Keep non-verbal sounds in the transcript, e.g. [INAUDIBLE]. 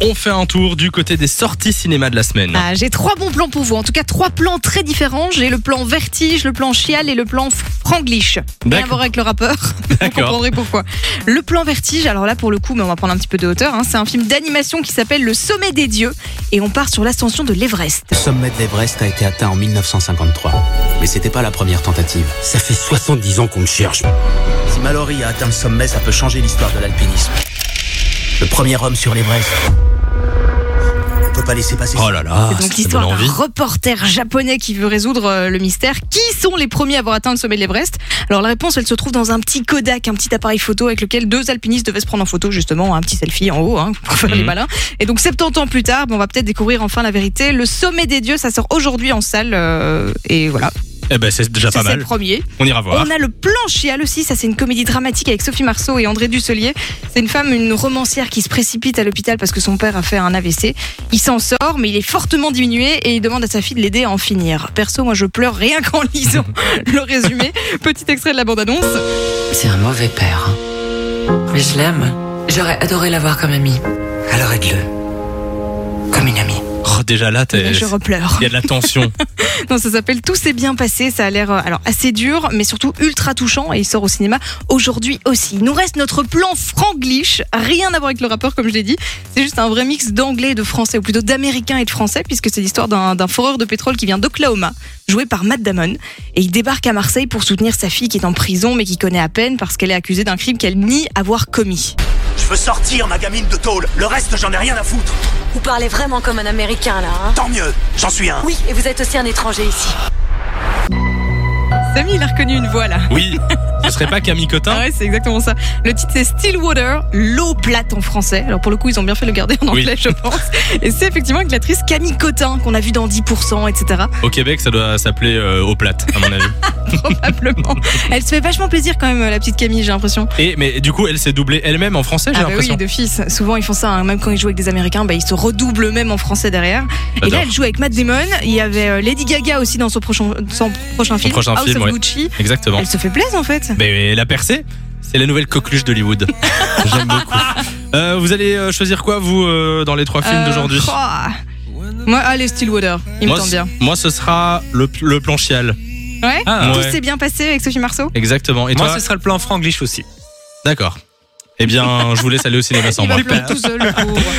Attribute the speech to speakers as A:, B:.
A: On fait un tour du côté des sorties cinéma de la semaine.
B: Ah, j'ai trois bons plans pour vous, en tout cas trois plans très différents. J'ai le plan Vertige, le plan Chial et le plan Franglish. Rien à voir avec le rappeur, [LAUGHS] vous
A: D'accord.
B: comprendrez pourquoi. Le plan Vertige, alors là pour le coup, mais on va prendre un petit peu de hauteur, hein, c'est un film d'animation qui s'appelle Le Sommet des Dieux et on part sur l'ascension de l'Everest.
C: Le sommet de l'Everest a été atteint en 1953. Mais c'était pas la première tentative. Ça fait 70 ans qu'on me cherche. Si Mallory a atteint le sommet, ça peut changer l'histoire de l'alpinisme. Le premier homme sur l'Everest. On peut pas laisser passer ça.
A: Oh là là,
B: C'est donc
A: ça donne
B: l'histoire
A: envie.
B: d'un reporter japonais qui veut résoudre euh, le mystère. Qui sont les premiers à avoir atteint le sommet de l'Everest Alors la réponse, elle se trouve dans un petit Kodak, un petit appareil photo avec lequel deux alpinistes devaient se prendre en photo, justement, un petit selfie en haut, hein, [LAUGHS] pour faire les
A: Mhm.
B: malins. Et donc 70 ans plus tard, ben, on va peut-être découvrir enfin la vérité. Le sommet des dieux, ça sort aujourd'hui en salle. euh, et voilà,
A: Eh ben c'est déjà
B: ça
A: pas
B: c'est le
A: mal.
B: premier.
A: On ira voir.
B: On a le plancher à aussi, ça c'est une comédie dramatique avec Sophie Marceau et André Dusselier. C'est une femme, une romancière qui se précipite à l'hôpital parce que son père a fait un AVC. Il s'en sort, mais il est fortement diminué et il demande à sa fille de l'aider à en finir. Perso, moi je pleure rien qu'en [LAUGHS] lisant le résumé. Petit extrait de la bande-annonce.
D: C'est un mauvais père. hein. Mais je l'aime. J'aurais adoré l'avoir comme ami. Alors aide-le. Comme une amie.
A: Oh, déjà là, t'es-
B: Eh ben, Je
A: il
B: repleure.
A: y a de la
B: [LAUGHS]
A: tension.
B: Non, ça s'appelle Tout s'est bien passé. Ça a l'air euh, alors assez dur, mais surtout ultra touchant. Et il sort au cinéma aujourd'hui aussi. Il nous reste notre plan franglish. Rien à voir avec le rappeur, comme je l'ai dit. C'est juste un vrai mix d'anglais et de français, ou plutôt d'américain et de français, puisque c'est l'histoire d'un d'un foreur de pétrole qui vient d'Oklahoma, joué par Matt Damon. Et il débarque à Marseille pour soutenir sa fille qui est en prison, mais qui connaît à peine parce qu'elle est accusée d'un crime qu'elle nie avoir commis.
E: Je veux sortir ma gamine de tôle. Le reste, j'en ai rien à foutre.
F: Vous parlez vraiment comme un Américain là, hein
E: Tant mieux, j'en suis un.
F: Oui, et vous êtes aussi un étranger ici.
B: Samy, il a reconnu une voix là.
A: Oui, ce serait pas Camille
B: Ah
A: Cotin
B: ouais, c'est exactement ça. Le titre c'est Stillwater, l'eau plate en français. Alors pour le coup, ils ont bien fait le garder en
A: Oui.
B: anglais, je pense. Et c'est effectivement avec l'actrice Camille Cotin qu'on a vu dans 10%, etc.
A: Au Québec, ça doit s'appeler euh, Au Plate, à mon avis.
B: [LAUGHS] Probablement. Elle se fait vachement plaisir quand même, la petite Camille, j'ai l'impression.
A: Et mais du coup, elle s'est doublée elle-même en français, j'ai
B: Ah bah oui,
A: l'impression.
B: de fils. Souvent ils font ça, hein. même quand ils jouent avec des Américains, bah, ils se redoublent eux-mêmes en français derrière. Et
A: J'adore.
B: là, elle joue avec Matt Damon. Il y avait euh, Lady Gaga aussi dans son prochain, son prochain film,
A: prochain
B: House
A: film,
B: of
A: ouais.
B: Gucci.
A: Exactement.
B: Elle se fait plaisir en fait.
A: Mais, mais la percée, c'est la nouvelle coqueluche
B: [LAUGHS]
A: d'Hollywood. J'aime beaucoup. Euh, vous allez euh, choisir quoi, vous, euh, dans les trois films
B: Euh,
A: d'aujourd'hui
B: oh. Moi, allez, Stillwater. Il
A: moi,
B: me tente
A: c-
B: bien.
A: moi, ce sera le, le plan chial.
B: Ouais
A: Ah,
B: Tout
A: ouais.
B: s'est bien passé avec Sophie Marceau
A: Exactement. Et toi
G: sera le plan franglish aussi.
A: D'accord. Eh bien, je vous laisse aller au cinéma sans
B: Il va
A: moi.
B: pleurer tout seul, le pauvre.